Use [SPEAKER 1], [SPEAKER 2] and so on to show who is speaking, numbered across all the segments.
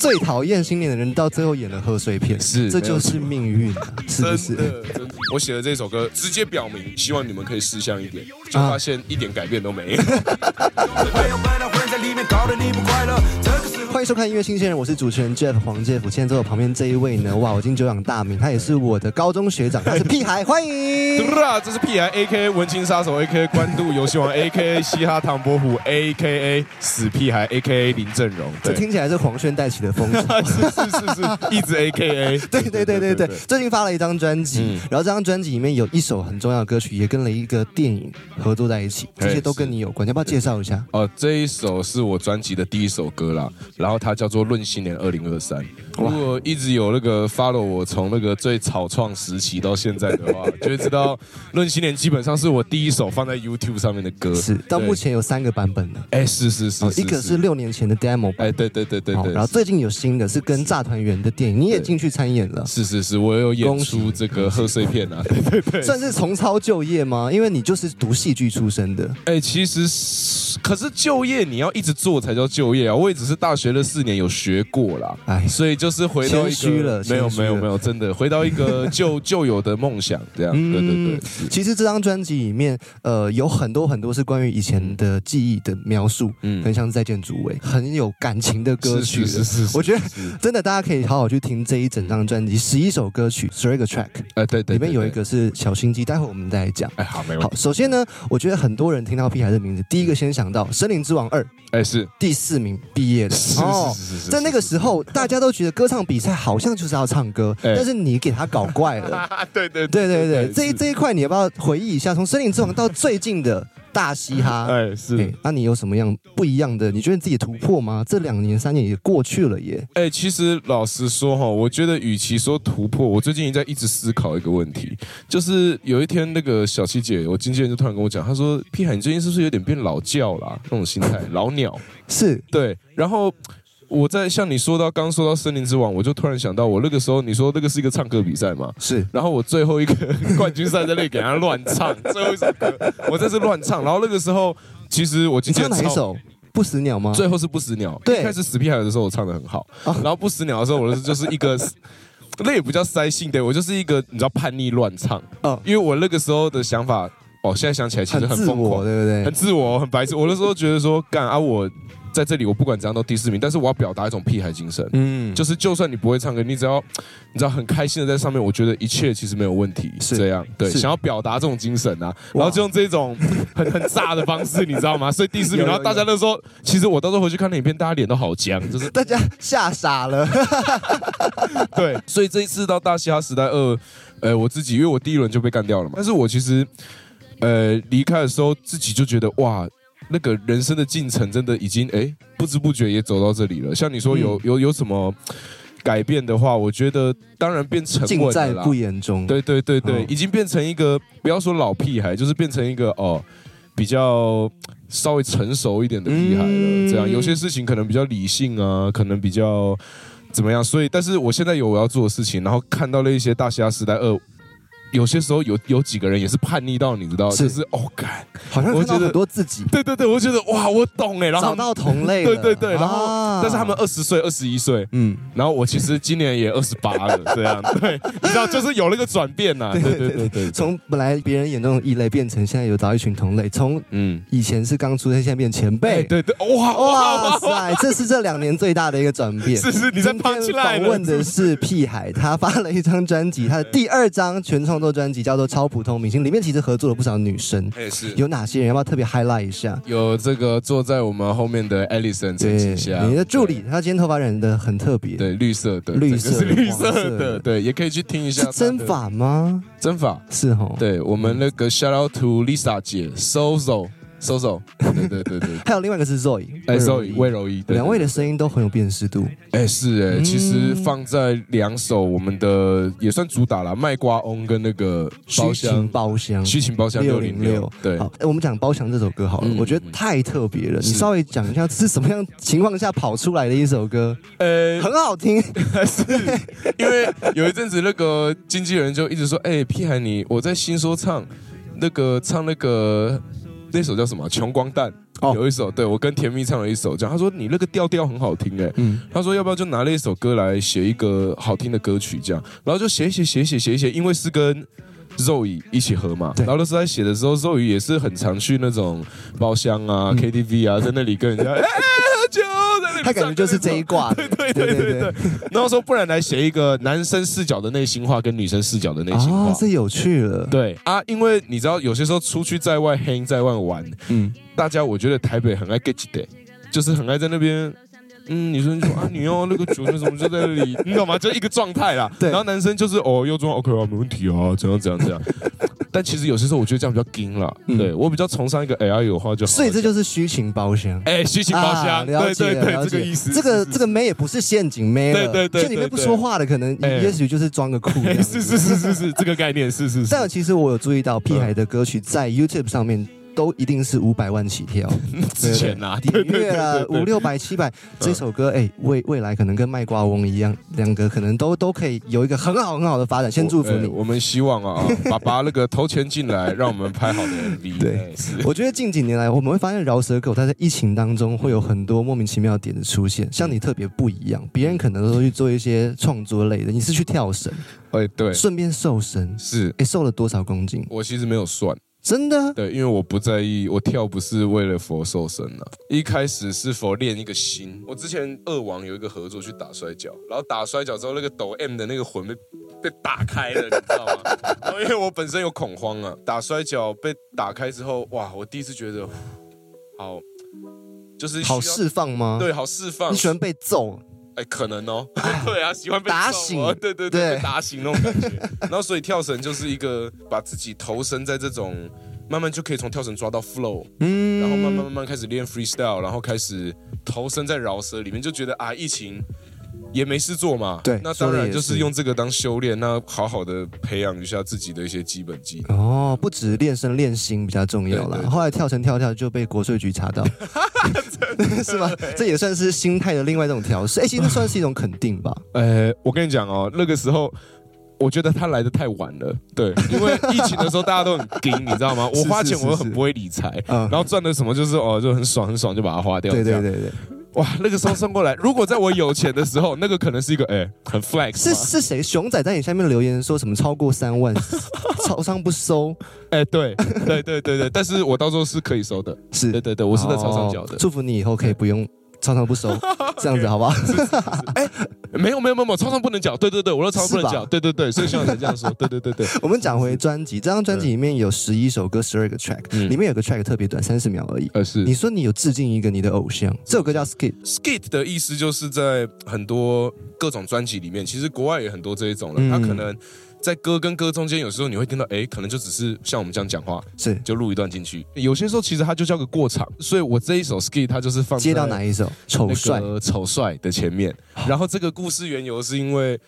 [SPEAKER 1] 最讨厌新年的人，到最后演了贺岁片，
[SPEAKER 2] 是
[SPEAKER 1] 这就是命运啊， 是不
[SPEAKER 3] 真
[SPEAKER 1] 是？
[SPEAKER 3] 的，真的，我写的这首歌直接表明，希望你们可以识相一点，
[SPEAKER 1] 啊
[SPEAKER 3] 就发现一点改变都没有。
[SPEAKER 4] 没有办法混在里面，搞得你不快乐。这个时候，
[SPEAKER 1] 欢迎收看《音乐新鲜人》，我是主持人 Jeff 黄 Jeff。现在坐我旁边这一位 呢，哇，我今久仰大名，他也是我的高中学 长，他是屁孩，欢迎。
[SPEAKER 3] 啦，这是屁孩 A K 文青杀手 A K 关渡游戏王 A K 嘻哈唐伯虎 A K A 死屁孩 A K A 林正荣，
[SPEAKER 1] 这
[SPEAKER 3] 对，
[SPEAKER 1] 听起来是黄轩带起的 风潮。
[SPEAKER 3] 是是是是，一直 A K A，
[SPEAKER 1] 对对对对对，嗯最近发了一张专辑，然后这张专辑里面有一首很重要的歌曲，也跟了一个电影合作在一起，这些都跟你有关，要不要介绍一下？
[SPEAKER 3] 哦，这一首是我专辑的第一首歌啦，然后它叫做《论新年二零二三》。如果一直有那个 follow 我从那个最草创时期到现在 的话，就会知道《论新年》基本上是我第一首放在 YouTube 上面的歌。
[SPEAKER 1] 是，到
[SPEAKER 3] 对
[SPEAKER 1] 目，前有三个版本的，
[SPEAKER 3] 哎，是是是
[SPEAKER 1] 哦，一个是，六年前的 demo 版，
[SPEAKER 3] 哎，对对对对
[SPEAKER 1] 好
[SPEAKER 3] 对，
[SPEAKER 1] 哦然后最近有新的是跟炸团圆的电影，你也进去参演了，
[SPEAKER 3] 是是是，我有演
[SPEAKER 1] 恭喜
[SPEAKER 3] 出这个贺岁片 啊，对对对。
[SPEAKER 1] 算是重操旧业吗？因为你就是读戏剧出身的，
[SPEAKER 3] 哎、其实是，可是就业你要一直做才叫就业啊！我也只是大学的四年有学过啦，
[SPEAKER 1] 哎
[SPEAKER 3] 所以就是回到一个
[SPEAKER 1] 谦虚了
[SPEAKER 3] 没有
[SPEAKER 1] 谦虚
[SPEAKER 3] 没有
[SPEAKER 1] 了
[SPEAKER 3] 没有，真的回到 一个旧旧有的梦想这样，啊
[SPEAKER 1] 嗯
[SPEAKER 3] 对对对，
[SPEAKER 1] 其实这张专辑里面，呃，有很多很多是关于以前的记忆的描述，嗯，
[SPEAKER 3] 嗯
[SPEAKER 1] 很像是《再见主委》，很有感情的歌曲了。
[SPEAKER 3] 是是是是
[SPEAKER 1] 我觉得
[SPEAKER 3] 是
[SPEAKER 1] 真的，大家可以好好去听这一整张专辑，十一首歌曲，十二个 track，
[SPEAKER 3] 哎、对对
[SPEAKER 1] 里
[SPEAKER 3] 对
[SPEAKER 1] 面有一
[SPEAKER 3] 对
[SPEAKER 1] 个是小心机，待会我们再来讲。
[SPEAKER 3] 哎、好没问
[SPEAKER 1] 好，
[SPEAKER 3] 题，
[SPEAKER 1] 首先呢，我觉得很多人听到屁孩的名字，第一个先想到《森林之王二》
[SPEAKER 3] 哎、是
[SPEAKER 1] 第四名毕业的
[SPEAKER 3] 是是
[SPEAKER 1] 哦
[SPEAKER 3] 是是是是
[SPEAKER 1] 在那个时候，大家都觉得歌唱比赛好像就是要唱歌，
[SPEAKER 3] 哎
[SPEAKER 1] 但是你给他搞怪 了。
[SPEAKER 3] 啊，对对
[SPEAKER 1] 对对对，
[SPEAKER 3] 是
[SPEAKER 1] 这一这一块你要不要回忆一下？从《森林之王》到最近的大嘻哈，
[SPEAKER 3] 哎、
[SPEAKER 1] 哎，
[SPEAKER 3] 是。
[SPEAKER 1] 那你有什么样不一样的？你觉得你自己突破吗？这两年三年也过去了耶，
[SPEAKER 3] 哎、其实老实说哈，我觉得与其说突破，我最近在一直思考一个问题，就是有一天那个小七姐，我经纪人就突然跟我讲，她说：“屁孩，你最近是不是有点变老教啦？那种心态，老鸟。”
[SPEAKER 1] 是
[SPEAKER 3] 对，然后我在像你说到刚说到森林之王，我就突然想到，我那个时候你说那个是一个唱歌比赛嘛，
[SPEAKER 1] 是，
[SPEAKER 3] 然后我最后一个 冠军赛在那里给他乱唱，最后一首歌我这是乱唱，然后那个时候其实我
[SPEAKER 1] 你
[SPEAKER 3] 今天
[SPEAKER 1] 唱哪一？首？不死鸟吗？
[SPEAKER 3] 最后是不死鸟，
[SPEAKER 1] 对
[SPEAKER 3] 一开始死屁孩的时候我唱的很好，
[SPEAKER 1] 哦
[SPEAKER 3] 然后不死鸟的时候我就是就是一个。 那也不叫塞性对我就是一个你知道叛逆乱唱，
[SPEAKER 1] 哦
[SPEAKER 3] 因为我那个时候的想法，哦，现在想起来其实
[SPEAKER 1] 很
[SPEAKER 3] 很
[SPEAKER 1] 自
[SPEAKER 3] 疯狂
[SPEAKER 1] 我，，对不对？
[SPEAKER 3] 很自我，很白痴。我那时候觉得说，干啊，我在这里，我不管怎样都第四名，但是我要表达一种屁孩精神，
[SPEAKER 1] 嗯，
[SPEAKER 3] 就是就算你不会唱歌，你只要你知道很开心的在上面，我觉得一切其实没有问题。
[SPEAKER 1] 是
[SPEAKER 3] 这样，对，
[SPEAKER 1] 是
[SPEAKER 3] 想要表达这种精神啊，
[SPEAKER 1] 哇
[SPEAKER 3] 然后就用这种很很炸的方式，你知道吗？所以第四名，
[SPEAKER 1] 有有
[SPEAKER 3] 然后大家都说，其实我到时候回去看那影片，大家脸都好僵，就是
[SPEAKER 1] 大家吓傻了。
[SPEAKER 3] 对， 所以这一次到大嘻哈时代二，呃，我自己因为我第一轮就被干掉了嘛，但是我其实，呃，离开的时候自己就觉得哇。那个人生的进程真的已经哎，不知不觉也走到这里了。像你说有、有有什么改变的话，我觉得当然变沉
[SPEAKER 1] 尽
[SPEAKER 3] 稳了
[SPEAKER 1] 在
[SPEAKER 3] 啦
[SPEAKER 1] 不。言中。
[SPEAKER 3] 对对对对，
[SPEAKER 1] 嗯
[SPEAKER 3] 已经变成一个不要说老屁孩，就是变成一个哦比较稍微成熟一点的屁孩了。
[SPEAKER 1] 嗯
[SPEAKER 3] 这样有些事情可能比较理性啊，可能比较怎么样。所以，但是我现在有我要做的事情，然后看到了一些《大虾时代二》。有些时候有有几个人也是叛逆到你知道，
[SPEAKER 1] 是
[SPEAKER 3] 就是哦干，
[SPEAKER 1] 好像看
[SPEAKER 3] 我觉
[SPEAKER 1] 到
[SPEAKER 3] 得
[SPEAKER 1] 很多自己
[SPEAKER 3] 对对对，我觉得哇，我懂哎，然后
[SPEAKER 1] 找到同类了。
[SPEAKER 3] 对对对，然后、
[SPEAKER 1] 啊
[SPEAKER 3] 但是他们二十岁、二十一岁，
[SPEAKER 1] 嗯，
[SPEAKER 3] 然后我其实今年也二十八了，这 样对，你知道就是有那个转变呐、对对对对，
[SPEAKER 1] 从本来别人眼中的异类，变成现在有找一群同类，从
[SPEAKER 3] 嗯，
[SPEAKER 1] 以前是刚出生，现在变前
[SPEAKER 3] 哎
[SPEAKER 1] 辈。
[SPEAKER 3] 对对，哇哇
[SPEAKER 1] 哇
[SPEAKER 3] 哇，
[SPEAKER 1] 塞，这是这两年最大的一个转变。
[SPEAKER 3] 是是你在
[SPEAKER 1] 今
[SPEAKER 3] 胖起
[SPEAKER 1] 天
[SPEAKER 3] 来
[SPEAKER 1] 访问
[SPEAKER 3] 了，
[SPEAKER 1] 的是屁孩，他发了一张专辑，他的第二张全创作专辑叫做《超普通明星》，里面其实合作了不少女生，
[SPEAKER 3] 哎是有
[SPEAKER 1] 有哪些人？要不要特别 highlight 一下？
[SPEAKER 3] 有这个坐在我们后面的 Alison 陈
[SPEAKER 1] 对
[SPEAKER 3] 启霞，，
[SPEAKER 1] 你的助理，他今天头发染的很特别，
[SPEAKER 3] 啊对绿色的，
[SPEAKER 1] 绿色
[SPEAKER 3] 整个是绿
[SPEAKER 1] 黄色
[SPEAKER 3] 色
[SPEAKER 1] 的
[SPEAKER 3] 的，对，也可以去听一下
[SPEAKER 1] 是
[SPEAKER 3] 她的
[SPEAKER 1] 真发吗？
[SPEAKER 3] 真法，
[SPEAKER 1] 是哦。
[SPEAKER 3] 对我们那个 shout out to Lisa 姐，Soso Soso，对对对 对。
[SPEAKER 1] 还有另外一个是 Zoe，
[SPEAKER 3] 哎
[SPEAKER 1] 魏柔
[SPEAKER 3] ，Zoe
[SPEAKER 1] 仪
[SPEAKER 3] 魏柔仪，对
[SPEAKER 1] 两位的声音都很有辨识度，
[SPEAKER 3] 哎、是哎、
[SPEAKER 1] 嗯
[SPEAKER 3] 其实放在两首我们的也算主打啦，卖瓜翁跟那个包
[SPEAKER 1] 虚情
[SPEAKER 3] 厢
[SPEAKER 1] 包厢。
[SPEAKER 3] 虚情包厢六零六
[SPEAKER 1] 606，
[SPEAKER 3] 对，
[SPEAKER 1] 好，哎我们讲《包厢》这首歌好了，
[SPEAKER 3] 嗯
[SPEAKER 1] 我觉得太特别了。
[SPEAKER 3] 是
[SPEAKER 1] 你稍微讲一下是什么样情况下跑出来的一首歌，
[SPEAKER 3] 呃，
[SPEAKER 1] 很好 听。
[SPEAKER 3] 是因为有一阵子那个经纪人就一直说，哎、屁孩你我在新说唱那个唱那个那首叫什么《穷光蛋》
[SPEAKER 1] 哦
[SPEAKER 3] 有一首，对我跟甜蜜唱了一首，这样他说你那个调调很好听哎、
[SPEAKER 1] 嗯，
[SPEAKER 3] 他说要不要就拿那一首歌来写一个好听的歌曲这样，然后就写一写写一写写一写，因为是跟。肉乙一起合嘛，
[SPEAKER 1] 对
[SPEAKER 3] 然后那时候在写的时候，肉乙也是很常去那种包厢啊、KTV 啊，在那里跟人家哎喝酒，在那里
[SPEAKER 1] 嗯他感觉就是这一挂 的，对对对对
[SPEAKER 3] 然后说不然来写一个男生视角的内心话跟女生视角的内心话
[SPEAKER 1] 啊，。这有趣了，
[SPEAKER 3] 对啊，因为你知道有些时候出去在外 hang 在外玩，
[SPEAKER 1] 嗯，
[SPEAKER 3] 大家我觉得台北很爱 get 的，就是很爱在那边。嗯，女生就说啊，你哦，那个酒那什么就在那里，你懂吗？就一个状态啦。
[SPEAKER 1] 对
[SPEAKER 3] 然后男生就是哦，又装 OK 啊，没问题啊，怎样怎样怎样。但其实有些时候我觉得这样比较硬啦。
[SPEAKER 1] 嗯
[SPEAKER 3] 对我比较崇尚一个哎呀有话就好。
[SPEAKER 1] 所以这就是虚情包厢。啊
[SPEAKER 3] 哎虚情包
[SPEAKER 1] 了
[SPEAKER 3] 厢，对
[SPEAKER 1] 解
[SPEAKER 3] 对对，
[SPEAKER 1] 了
[SPEAKER 3] 这
[SPEAKER 1] 解
[SPEAKER 3] 个意思。
[SPEAKER 1] 这
[SPEAKER 3] 是
[SPEAKER 1] 个
[SPEAKER 3] 是
[SPEAKER 1] 这个妹也不是陷阱妹了，
[SPEAKER 3] 对对对
[SPEAKER 1] 陷阱妹
[SPEAKER 3] 对
[SPEAKER 1] 不
[SPEAKER 3] 对
[SPEAKER 1] 说话的，可能
[SPEAKER 3] 哎
[SPEAKER 1] 也许就是装个酷这
[SPEAKER 3] 哎
[SPEAKER 1] 样
[SPEAKER 3] 是
[SPEAKER 1] 子。
[SPEAKER 3] 是是是是这个概念，是是是。
[SPEAKER 1] 但其实我有注意到，屁孩的歌曲在
[SPEAKER 3] 嗯
[SPEAKER 1] YouTube 上面都一定是五百万起跳，
[SPEAKER 3] 之前呐，
[SPEAKER 1] 点阅啊五六百、七
[SPEAKER 3] 嗯
[SPEAKER 1] 百，这首歌哎，未未来可能跟卖瓜翁一样，两个可能都都可以有一个很好很好的发展。先祝福
[SPEAKER 3] 我呃
[SPEAKER 1] 你。
[SPEAKER 3] 我们希望啊，啊 爸爸那个投钱进来，让我们拍好的 MV。
[SPEAKER 1] 对
[SPEAKER 3] 哎，是
[SPEAKER 1] 我觉得近几年来，我们会发现饶舌狗它在疫情当中会有很多莫名其妙的点子出现，像你特别不一样，别人可能都去做一些创作类的，你是去跳绳，
[SPEAKER 3] 哎，对，
[SPEAKER 1] 顺便瘦身，
[SPEAKER 3] 是
[SPEAKER 1] 哎，瘦了多少公斤？
[SPEAKER 3] 我其实没有算，
[SPEAKER 1] 真的？
[SPEAKER 3] 对，因为我不在意，我跳不是为了佛瘦身啊，一开始是佛练一个心。我之前二王有一个合作去打摔跤，然后打摔跤之后，那个抖 M 的那个魂被被打开了，你知道吗？ 然后因为我本身有恐慌啊，打摔跤被打开之后，哇，我第一次觉得好，就是需要
[SPEAKER 1] 好释放吗？，
[SPEAKER 3] 对，好释放，
[SPEAKER 1] 啊你喜欢被揍？
[SPEAKER 3] 哎，可能哦， 对啊，喜欢被
[SPEAKER 1] 打
[SPEAKER 3] 揍哦
[SPEAKER 1] 醒
[SPEAKER 3] 对
[SPEAKER 1] 对
[SPEAKER 3] 对对，被打醒那种感觉。然后所以跳绳就是一个把自己投身在这种，慢慢就可以从跳绳抓到 flow，
[SPEAKER 1] 嗯
[SPEAKER 3] 然后慢慢慢慢开始练 freestyle，然后开始投身在饶舌里面，就觉得啊，疫情。也没事做嘛，
[SPEAKER 1] 对
[SPEAKER 3] 那
[SPEAKER 1] 说
[SPEAKER 3] 当
[SPEAKER 1] 得
[SPEAKER 3] 然
[SPEAKER 1] 也
[SPEAKER 3] 就是
[SPEAKER 1] 是
[SPEAKER 3] 用这个当修炼，那好好的培养一下自己的一些基本技能。
[SPEAKER 1] 哦，不止练身练心比较重要
[SPEAKER 3] 对
[SPEAKER 1] 啦。
[SPEAKER 3] 对
[SPEAKER 1] 后来跳绳跳跳就被国税局查 到，是吧？
[SPEAKER 3] 欸
[SPEAKER 1] 这也算是心态的另外一种调试。哎、其实这算是一种肯定吧。
[SPEAKER 3] 呃，我跟你讲哦，那个时候。我觉得他来的太晚了， 对，因为疫情的时候大家都很盯，你知道吗？
[SPEAKER 1] 是
[SPEAKER 3] 我花钱
[SPEAKER 1] 是
[SPEAKER 3] 我
[SPEAKER 1] 是
[SPEAKER 3] 很不会理财，
[SPEAKER 1] 嗯
[SPEAKER 3] 然后赚了什么就是哦就很爽很爽就把它花掉，
[SPEAKER 1] 对
[SPEAKER 3] 这
[SPEAKER 1] 对
[SPEAKER 3] 样。
[SPEAKER 1] 对对，
[SPEAKER 3] 哇，那个时候送过来，如果在我有钱的时候，那个可能是一个哎、很 flex，
[SPEAKER 1] 是
[SPEAKER 3] 嘛
[SPEAKER 1] 是谁？熊仔在你下面留言说什么超过三 万，超商不收，
[SPEAKER 3] 哎、对对对对对，但是我到时候是可以收的，
[SPEAKER 1] 是
[SPEAKER 3] 对对对，我是在超商缴的
[SPEAKER 1] 哦，祝福你以后可以不用超商不 收，这样子好不好？
[SPEAKER 3] 没有没有没有没有，超商不能缴，对对对，我说超商不能
[SPEAKER 1] 是吧
[SPEAKER 3] 缴，对对对，所以希望你这样说，对对对对，
[SPEAKER 1] 我们讲回专辑，这张专辑里面有十一首歌，十二个 track，、
[SPEAKER 3] 嗯
[SPEAKER 1] 里面有个 track 特别短，三十秒而已。
[SPEAKER 3] 呃是
[SPEAKER 1] 你说你有致敬一个你的偶像，这首歌叫 Skip，
[SPEAKER 3] skit 的意思就是在很多各种专辑里面，其实国外也很多这一种了。
[SPEAKER 1] 嗯
[SPEAKER 3] 他可能在歌跟歌中间，有时候你会听到，哎，可能就只是像我们这样讲话，
[SPEAKER 1] 是
[SPEAKER 3] 就录一段进去。有些时候其实它就叫个过场，所以我这一首 skit 它就是放在
[SPEAKER 1] 接到哪一首？丑帅
[SPEAKER 3] 那，个丑帅的前面。然后这个故事缘由是因为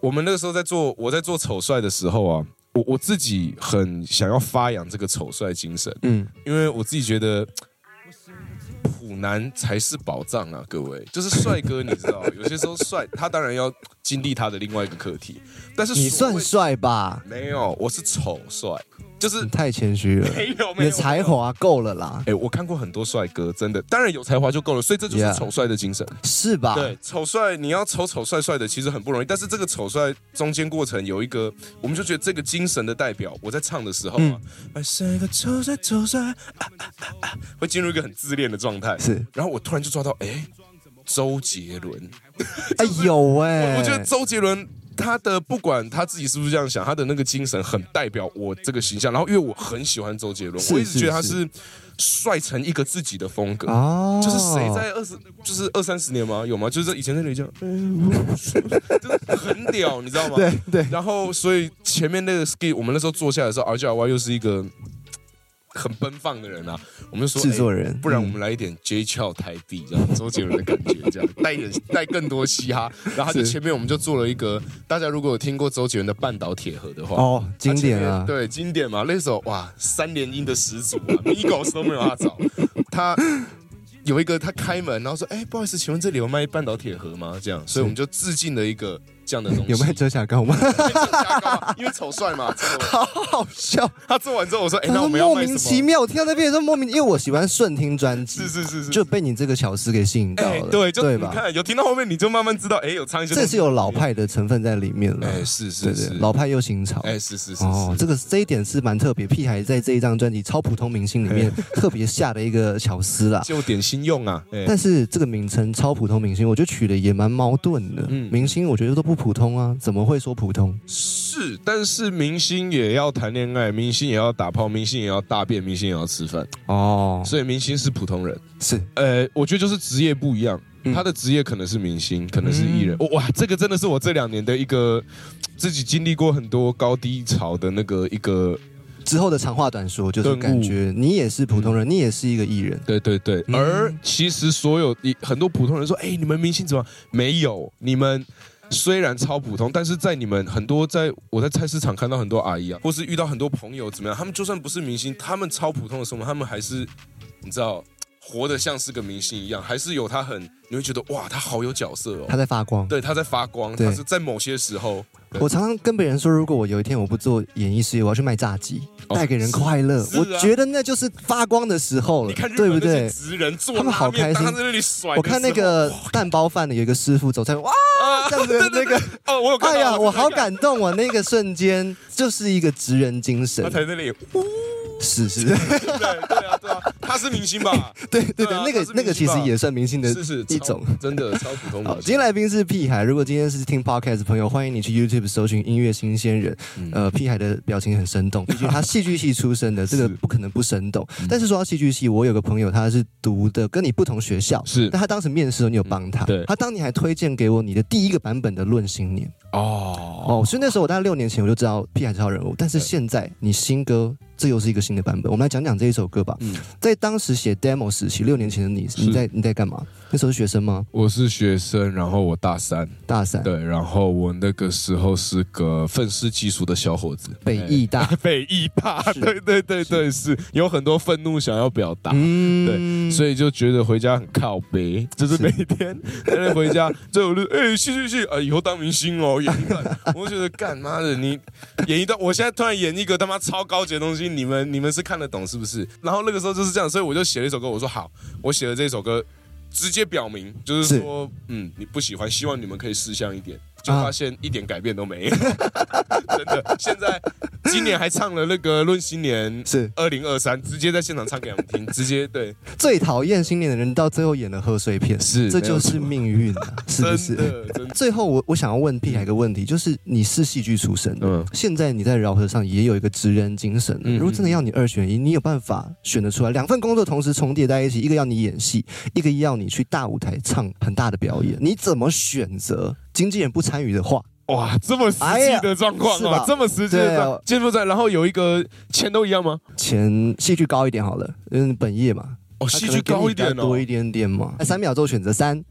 [SPEAKER 3] 我们那个时候在做我在做丑帅的时候啊，我我自己很想要发扬这个丑帅精神。
[SPEAKER 1] 嗯，
[SPEAKER 3] 因为我自己觉得普男才是宝藏啊，各位，就是帅哥，你知 道，有些时候帅，他当然要经历他的另外一个课题，但是
[SPEAKER 1] 你
[SPEAKER 3] 所谓
[SPEAKER 1] 算帅吧？
[SPEAKER 3] 没有，我是丑帅，就是
[SPEAKER 1] 你太谦虚了，
[SPEAKER 3] 没有
[SPEAKER 1] 你的
[SPEAKER 3] 没有
[SPEAKER 1] 才。华够了啦
[SPEAKER 3] 哎、，我看过很多帅哥，真的，当然有才华就够了，所以这就是
[SPEAKER 1] Yeah
[SPEAKER 3] 丑帅的精神。
[SPEAKER 1] 是吧？
[SPEAKER 3] 对，丑帅你要丑丑帅帅的，其实很不容易。但是这个丑帅中间过程有一个，我们就觉得这个精神的代表，我在唱的时候
[SPEAKER 1] 嗯
[SPEAKER 3] 啊，哎是个丑帅丑帅，啊啊啊啊会进入一个很自恋的状态。
[SPEAKER 1] 是，
[SPEAKER 3] 然后我突然就抓到，哎，周杰伦，
[SPEAKER 1] 哎有哎，
[SPEAKER 3] 我觉得周杰伦。他的不管他自己是不是这样想，他的那个精神很代表我这个形象。然后因为我很喜欢周杰伦，
[SPEAKER 1] 是
[SPEAKER 3] 我一直觉得他
[SPEAKER 1] 是
[SPEAKER 3] 是帅成一个自己的风格。
[SPEAKER 1] 哦，
[SPEAKER 3] 就是谁在二十，就是二三十年吗？有吗？就是以前在那里 讲，哎我就是很屌，你知道吗？
[SPEAKER 1] 对对
[SPEAKER 3] 然后，所以前面那个 ski，我们那时候坐下来的时候，R G R Y 又是一个很奔放的人啊，我们就说
[SPEAKER 1] 制作
[SPEAKER 3] 哎
[SPEAKER 1] 人嗯
[SPEAKER 3] 不然我们来一点 J 翘台地这样，周杰伦的感觉这样，带一点带更多嘻哈。然后他就是前面我们就做了一个，大家如果有听过周杰伦的《半岛铁盒》的话，
[SPEAKER 1] 哦经典
[SPEAKER 3] 他前
[SPEAKER 1] 啊
[SPEAKER 3] 面，对，经典嘛，那首哇，三连音的始祖 啊，Migos 都没有他早。他有一个他开门，然后说：“哎、不好意思，请问这里有卖半岛铁盒吗？”这样，所以我们就致敬了一个这样的东 西。
[SPEAKER 1] 有卖 遮瑕膏吗？
[SPEAKER 2] 加高啊因为丑帅嘛。真的
[SPEAKER 1] 好 好笑，
[SPEAKER 2] 他做完之后，我说：“哎，
[SPEAKER 1] 然
[SPEAKER 2] 那
[SPEAKER 1] 后
[SPEAKER 2] 我们要
[SPEAKER 1] 莫
[SPEAKER 2] 卖
[SPEAKER 1] 名其
[SPEAKER 2] 什么
[SPEAKER 1] 妙，我听到那边也是莫名，因为我喜欢顺听专？”辑
[SPEAKER 2] 是，是是是，
[SPEAKER 1] 就被你这个巧思给吸引到
[SPEAKER 2] 哎
[SPEAKER 1] 了，，
[SPEAKER 2] 对，就
[SPEAKER 1] 对
[SPEAKER 2] 你
[SPEAKER 1] 吧？
[SPEAKER 2] 看有听到后面，你就慢慢知道，哎，有唱一些东
[SPEAKER 1] 这
[SPEAKER 2] 西。
[SPEAKER 1] 是有老派的成分在里面了，
[SPEAKER 3] 哎，是
[SPEAKER 1] 对
[SPEAKER 3] 是
[SPEAKER 1] 对
[SPEAKER 3] 是，，
[SPEAKER 1] 老派又新潮。
[SPEAKER 2] 哎，是是是
[SPEAKER 1] 哦
[SPEAKER 2] 是，，
[SPEAKER 1] 这个这一点是蛮特别，屁孩在这一张专辑《超普通明星》里面特别下的一个巧思啦。
[SPEAKER 3] 就点心用啊。哎
[SPEAKER 1] 但是这个名称“超普通明星”，我觉得取的也蛮矛盾的。
[SPEAKER 3] 嗯
[SPEAKER 1] 明星我觉得都不普通啊，怎么会说普通？
[SPEAKER 3] 是，但是明星也要谈恋爱，明星也要打炮，明星也要大便，明星也要吃饭，
[SPEAKER 1] 哦，
[SPEAKER 3] 所以明星是普通人。
[SPEAKER 1] 是
[SPEAKER 3] 呃，我觉得就是职业不一样，
[SPEAKER 1] 嗯
[SPEAKER 3] 他的职业可能是明星，可能是艺人。哦哇，这个真的是我这两年的一个自己经历过很多高低潮的那个一个，
[SPEAKER 1] 之后的长话短说，就是
[SPEAKER 3] 顿悟
[SPEAKER 1] 感觉你也是普通
[SPEAKER 2] 嗯
[SPEAKER 1] 人，你也是一个艺人。
[SPEAKER 3] 对对对。
[SPEAKER 1] 嗯
[SPEAKER 3] 而其实所有一很多普通人说，哎，你们明星怎么样没有？你们。虽然超普通，但是在你们很多在我在菜市场看到很多阿姨啊，或是遇到很多朋友怎么样，他们就算不是明星，他们超普通的生活，他们还是你知道活得像是个明星一样，还是有他很你会觉得哇，他好有角色哦，
[SPEAKER 1] 他在发光。
[SPEAKER 3] 对，他在发光，
[SPEAKER 1] 对
[SPEAKER 3] 他是在某些时候，对
[SPEAKER 1] 我常常跟别人说，如果我有一天我不做演艺事业，我要去卖炸鸡，
[SPEAKER 3] 哦
[SPEAKER 1] 带给人快乐。
[SPEAKER 2] 是啊
[SPEAKER 1] 我觉得那就是发光的时候
[SPEAKER 2] 你
[SPEAKER 1] 了
[SPEAKER 2] 看日，
[SPEAKER 1] 对不
[SPEAKER 2] 本那些
[SPEAKER 1] 对？
[SPEAKER 2] 职人做
[SPEAKER 1] 他们
[SPEAKER 2] 拉
[SPEAKER 1] 好
[SPEAKER 2] 面
[SPEAKER 1] 开心
[SPEAKER 2] 当在那里甩的时候，啊
[SPEAKER 1] 我看那个蛋包饭的有一个师傅走在哇，这样子的那个，
[SPEAKER 2] 哦，我有看到，
[SPEAKER 1] 哎呀，
[SPEAKER 2] 真的
[SPEAKER 1] 我好
[SPEAKER 2] 看
[SPEAKER 1] 感动啊！那个瞬间就是一个职人精神
[SPEAKER 2] 到，他，才在那里，
[SPEAKER 1] 是是，
[SPEAKER 2] 对对啊对啊，他是明星吧？
[SPEAKER 1] 对对对，
[SPEAKER 2] 对啊
[SPEAKER 1] 那
[SPEAKER 2] 他
[SPEAKER 1] 个
[SPEAKER 2] 是
[SPEAKER 1] 那个
[SPEAKER 2] 明
[SPEAKER 1] 其
[SPEAKER 2] 星
[SPEAKER 1] 实
[SPEAKER 2] 吧
[SPEAKER 1] 也算明星的
[SPEAKER 3] 是是
[SPEAKER 1] 一
[SPEAKER 3] 超
[SPEAKER 1] 种。
[SPEAKER 3] 真的超普通
[SPEAKER 1] 好，
[SPEAKER 3] 的。
[SPEAKER 1] 今天来宾是屁孩。如果今天是听 podcast 的朋友，欢迎你去 YouTube 搜寻音乐新鲜人。
[SPEAKER 2] 嗯
[SPEAKER 1] 呃，屁孩的表情很生动，毕竟他戏剧系出身的，这个不可能不生动。
[SPEAKER 2] 嗯
[SPEAKER 1] 但是说到戏剧系，我有个朋友他是读的跟你不同学校，
[SPEAKER 3] 是
[SPEAKER 1] 但他当时面试的时候你有帮他，
[SPEAKER 3] 嗯对
[SPEAKER 1] 他当年还推荐给我你的第一个版本的《论新年》
[SPEAKER 3] 哦，
[SPEAKER 1] 哦，所以那时候我大概六年前我就知道屁孩这号人物，但是现在你新歌。这又是一个新的版本，我们来讲讲这一首歌吧。
[SPEAKER 3] 嗯
[SPEAKER 1] 在当时写 demo 时期，六年前的你，你
[SPEAKER 3] 是
[SPEAKER 1] 在你在干嘛？那时候是学生吗？
[SPEAKER 3] 我是学生，然后我大三，
[SPEAKER 1] 大三，
[SPEAKER 3] 对，然后我那个时候是个愤世嫉俗的小伙子，
[SPEAKER 1] 北艺大，
[SPEAKER 3] 哎 北艺大，
[SPEAKER 1] 是
[SPEAKER 3] 对对对对，是有很多愤怒想要表达。
[SPEAKER 1] 嗯
[SPEAKER 3] 对，所以就觉得回家很靠 背，就是
[SPEAKER 1] 是
[SPEAKER 3] 每天在那回 家，最后就哎去去去啊，以后当明星哦， 演一段，我就觉得干妈的你演一段，我现在突然演一个他妈超高级的东西，你们你们是看得懂是不是？然后那个时候就是这样，所以我就写了一首歌，我说好，我写了这首歌，直接表明就是说，嗯，你不喜欢，希望你们可以识相一点。就
[SPEAKER 1] 啊
[SPEAKER 3] 发现一点改变都没有， 真的。现在今年还唱了那个《论新年》，
[SPEAKER 1] 是
[SPEAKER 3] 二零二三，直接在现场唱给他们听，直接对，
[SPEAKER 1] 最讨厌新年的人，到最后演了贺岁片，
[SPEAKER 3] 是
[SPEAKER 1] 这就
[SPEAKER 3] 没
[SPEAKER 1] 是
[SPEAKER 3] 有错
[SPEAKER 1] 命运、啊，是不
[SPEAKER 3] 真
[SPEAKER 1] 是？
[SPEAKER 3] 的真的，
[SPEAKER 1] 最后我我想要问屁孩一个问题，就是你是戏剧出身的，
[SPEAKER 3] 嗯
[SPEAKER 1] 现在你在饶河上也有一个职人精神。
[SPEAKER 3] 嗯
[SPEAKER 1] 如果真的要你二选一，你有办法选得出来？两份工作同时重叠在一起，一个要你演戏，一个要你去大舞台唱很大的表演，你怎么选择？经纪人不参与的话，
[SPEAKER 3] 哇，这么实际的状况
[SPEAKER 1] 哎呀是吧
[SPEAKER 3] 啊，这么实际的状
[SPEAKER 1] 对啊
[SPEAKER 3] 况，柬埔寨，然后有一个钱都一样吗？
[SPEAKER 1] 前戏剧高一点好了，嗯，本业嘛，
[SPEAKER 3] 哦，
[SPEAKER 1] 他
[SPEAKER 3] 戏
[SPEAKER 1] 可
[SPEAKER 3] 剧
[SPEAKER 1] 能给你
[SPEAKER 3] 高一
[SPEAKER 1] 比较
[SPEAKER 3] 点哦
[SPEAKER 1] 多一，点点嘛。三秒钟选择三、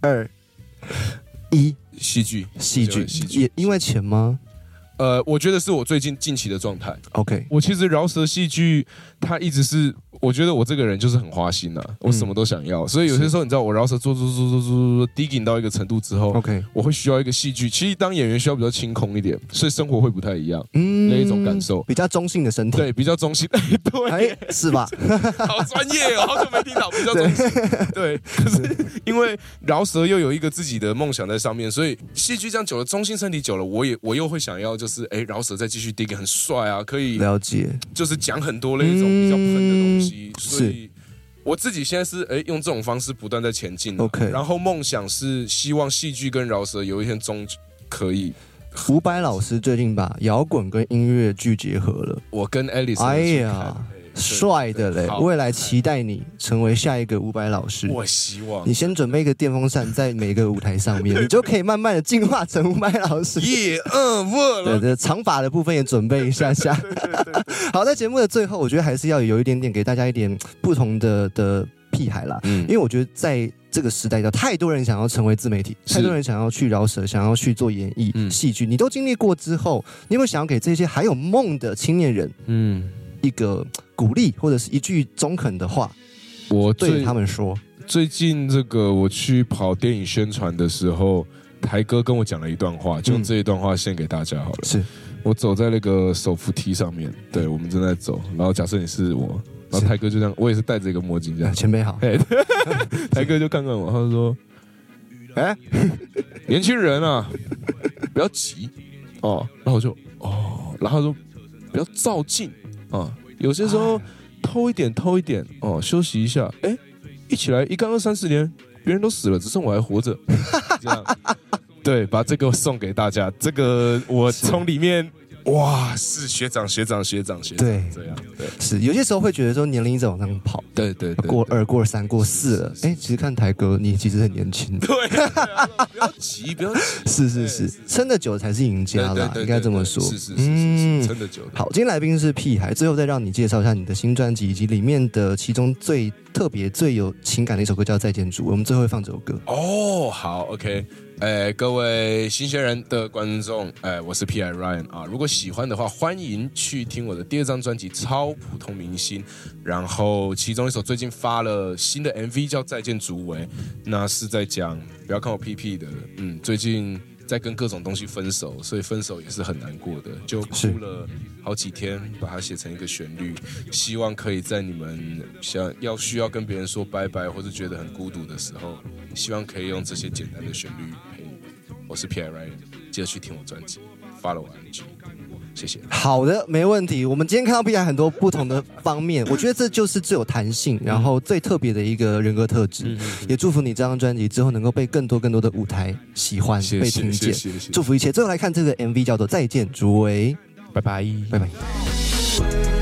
[SPEAKER 1] 二、一，
[SPEAKER 3] 戏剧，
[SPEAKER 1] 戏剧
[SPEAKER 3] 戏剧
[SPEAKER 1] 也因为钱吗
[SPEAKER 3] 呃，我觉得是我最近近期的状态。
[SPEAKER 1] ？OK，
[SPEAKER 3] 我其实饶舌戏剧，它一直是，我觉得我这个人就是很花心呐、我什么都想要，所以有些时候你知道，我饶舌做做做做做做做 digging 到一个程度之后。
[SPEAKER 1] OK，
[SPEAKER 3] 我会需要一个戏剧，其实当演员需要比较清空一点，所以生活会不太一样，
[SPEAKER 1] 嗯
[SPEAKER 3] 那一种感受
[SPEAKER 1] 比较中性的身体，
[SPEAKER 3] 对，比较中性， 对，
[SPEAKER 1] 哎，是 吧？
[SPEAKER 3] 好专业哦，好久没听到，比较专心。对，可是因为饶舌又有一个自己的梦想在上面，所以戏剧这样久了，中心身体久了，我也我又会想要就是，哎，饶舌再继续 dig 很帅啊，可以
[SPEAKER 1] 了解，
[SPEAKER 3] 就是讲很多那一种比较喷的东西，
[SPEAKER 1] 嗯
[SPEAKER 3] 所以。我自己现在是哎、用这种方式不断在前进啊、
[SPEAKER 1] OK
[SPEAKER 3] 然后梦想是希望戏剧跟饶舌有一天终可以，
[SPEAKER 1] 伍佰老师最近把摇滚跟音乐剧结合了，
[SPEAKER 3] 我跟 Alice
[SPEAKER 1] 哎
[SPEAKER 3] 一起看
[SPEAKER 1] 呀
[SPEAKER 3] 哎对
[SPEAKER 1] 帅的
[SPEAKER 3] 对
[SPEAKER 1] 嘞！
[SPEAKER 3] 好
[SPEAKER 1] 未来期待你成为下一个伍佰老师。
[SPEAKER 3] 我希望
[SPEAKER 1] 你先准备一个电风扇在每个舞台上 面，你就可以慢慢的进化成伍佰老师。
[SPEAKER 3] 耶，嗯，饿
[SPEAKER 1] 对
[SPEAKER 3] 了，
[SPEAKER 1] 对，长发的部分也准备一下下。 好，在节目的最后，我觉得还是要有一点点给大家一点不同的的屁孩啦，
[SPEAKER 3] 嗯
[SPEAKER 1] 因为我觉得在这个时代，有太多人想要成为自媒体，
[SPEAKER 3] 是
[SPEAKER 1] 太多人想要去饶舌，想要去做演艺、
[SPEAKER 3] 嗯
[SPEAKER 1] 戏剧，你都经历过之后，你有没有想要给这些还有梦的青年人
[SPEAKER 3] 嗯，
[SPEAKER 1] 一个鼓励，或者是一句中肯的话，
[SPEAKER 3] 我
[SPEAKER 1] 对
[SPEAKER 3] 最
[SPEAKER 1] 他们说？
[SPEAKER 3] 最近这个我去跑电影宣传的时候，台哥跟我讲了一段话，就
[SPEAKER 1] 嗯
[SPEAKER 3] 这一段话献给大家好了。
[SPEAKER 1] 是
[SPEAKER 3] 我走在那个手扶梯上面，对我们正在走，然后假设你是我，然后
[SPEAKER 1] 是
[SPEAKER 3] 台哥就这样，我也是戴着一个墨镜这
[SPEAKER 1] 呃
[SPEAKER 3] 样，
[SPEAKER 1] 前辈好，
[SPEAKER 3] 哎，台哥就看看我，他就说：“哎， 年轻人啊，不要急哦。”然后我就哦，然后他说：“不要照镜啊，有些时候偷一点，偷一点哦，休息一下。哎，一起来一干二三十年，别人都死了，只剩我还活着。 这样，对，把这个送给大家。这个我从里面哇，
[SPEAKER 2] 是学长学长学长学长，
[SPEAKER 1] 对
[SPEAKER 2] 这样对
[SPEAKER 1] 是有些时候会觉得说年龄一直往上跑，
[SPEAKER 3] 对对对，
[SPEAKER 1] 过二过三过四了，哎，其实看台哥你其实很年 轻，
[SPEAKER 2] 对对啊，
[SPEAKER 3] 不要急，不要急，
[SPEAKER 1] 是是是，撑得久才是赢家啊啦，应该这么说，
[SPEAKER 3] 是是是是，
[SPEAKER 1] 嗯
[SPEAKER 3] 撑得久的。
[SPEAKER 1] 好，今天来宾是屁孩，最后再让你介绍一下你的新专辑以及里面的其中最特别、最有情感的一首歌叫《再见主》，我们最后会放这首歌。
[SPEAKER 3] 哦，好，OK，呃，各位新鲜人的观众，呃，我是 P.I. Ryan 啊，如果喜欢的话，欢迎去听我的第二张专辑《超普通明星》，然后其中一首最近发了新的 MV 叫《再见竹围》，那是在讲不要看我屁屁的，嗯，最近。在跟各种东西分手，所以分手也是很难过的，就
[SPEAKER 1] 是
[SPEAKER 3] 哭了好几天，把它写成一个旋律，希望可以在你们想要需要跟别人说拜拜，或是觉得很孤独的时候，希望可以用这些简单的旋律陪你们。我是 P.I. Ryan，记得去听我专辑，follow 我 IG，谢谢。
[SPEAKER 1] 好的，没问题。我们今天看到屁孩很多不同的方面，我觉得这就是最有弹性，然后最特别的一个人格特质。也祝福你这张专辑之后能够被更多更多的舞台喜欢、
[SPEAKER 3] 谢谢
[SPEAKER 1] 被听
[SPEAKER 3] 谢
[SPEAKER 1] 见
[SPEAKER 3] 谢谢谢。
[SPEAKER 1] 祝福一切。最后来看这个 MV 叫做《再见，竹围》，
[SPEAKER 3] 拜拜。
[SPEAKER 1] 拜拜。
[SPEAKER 4] Wait,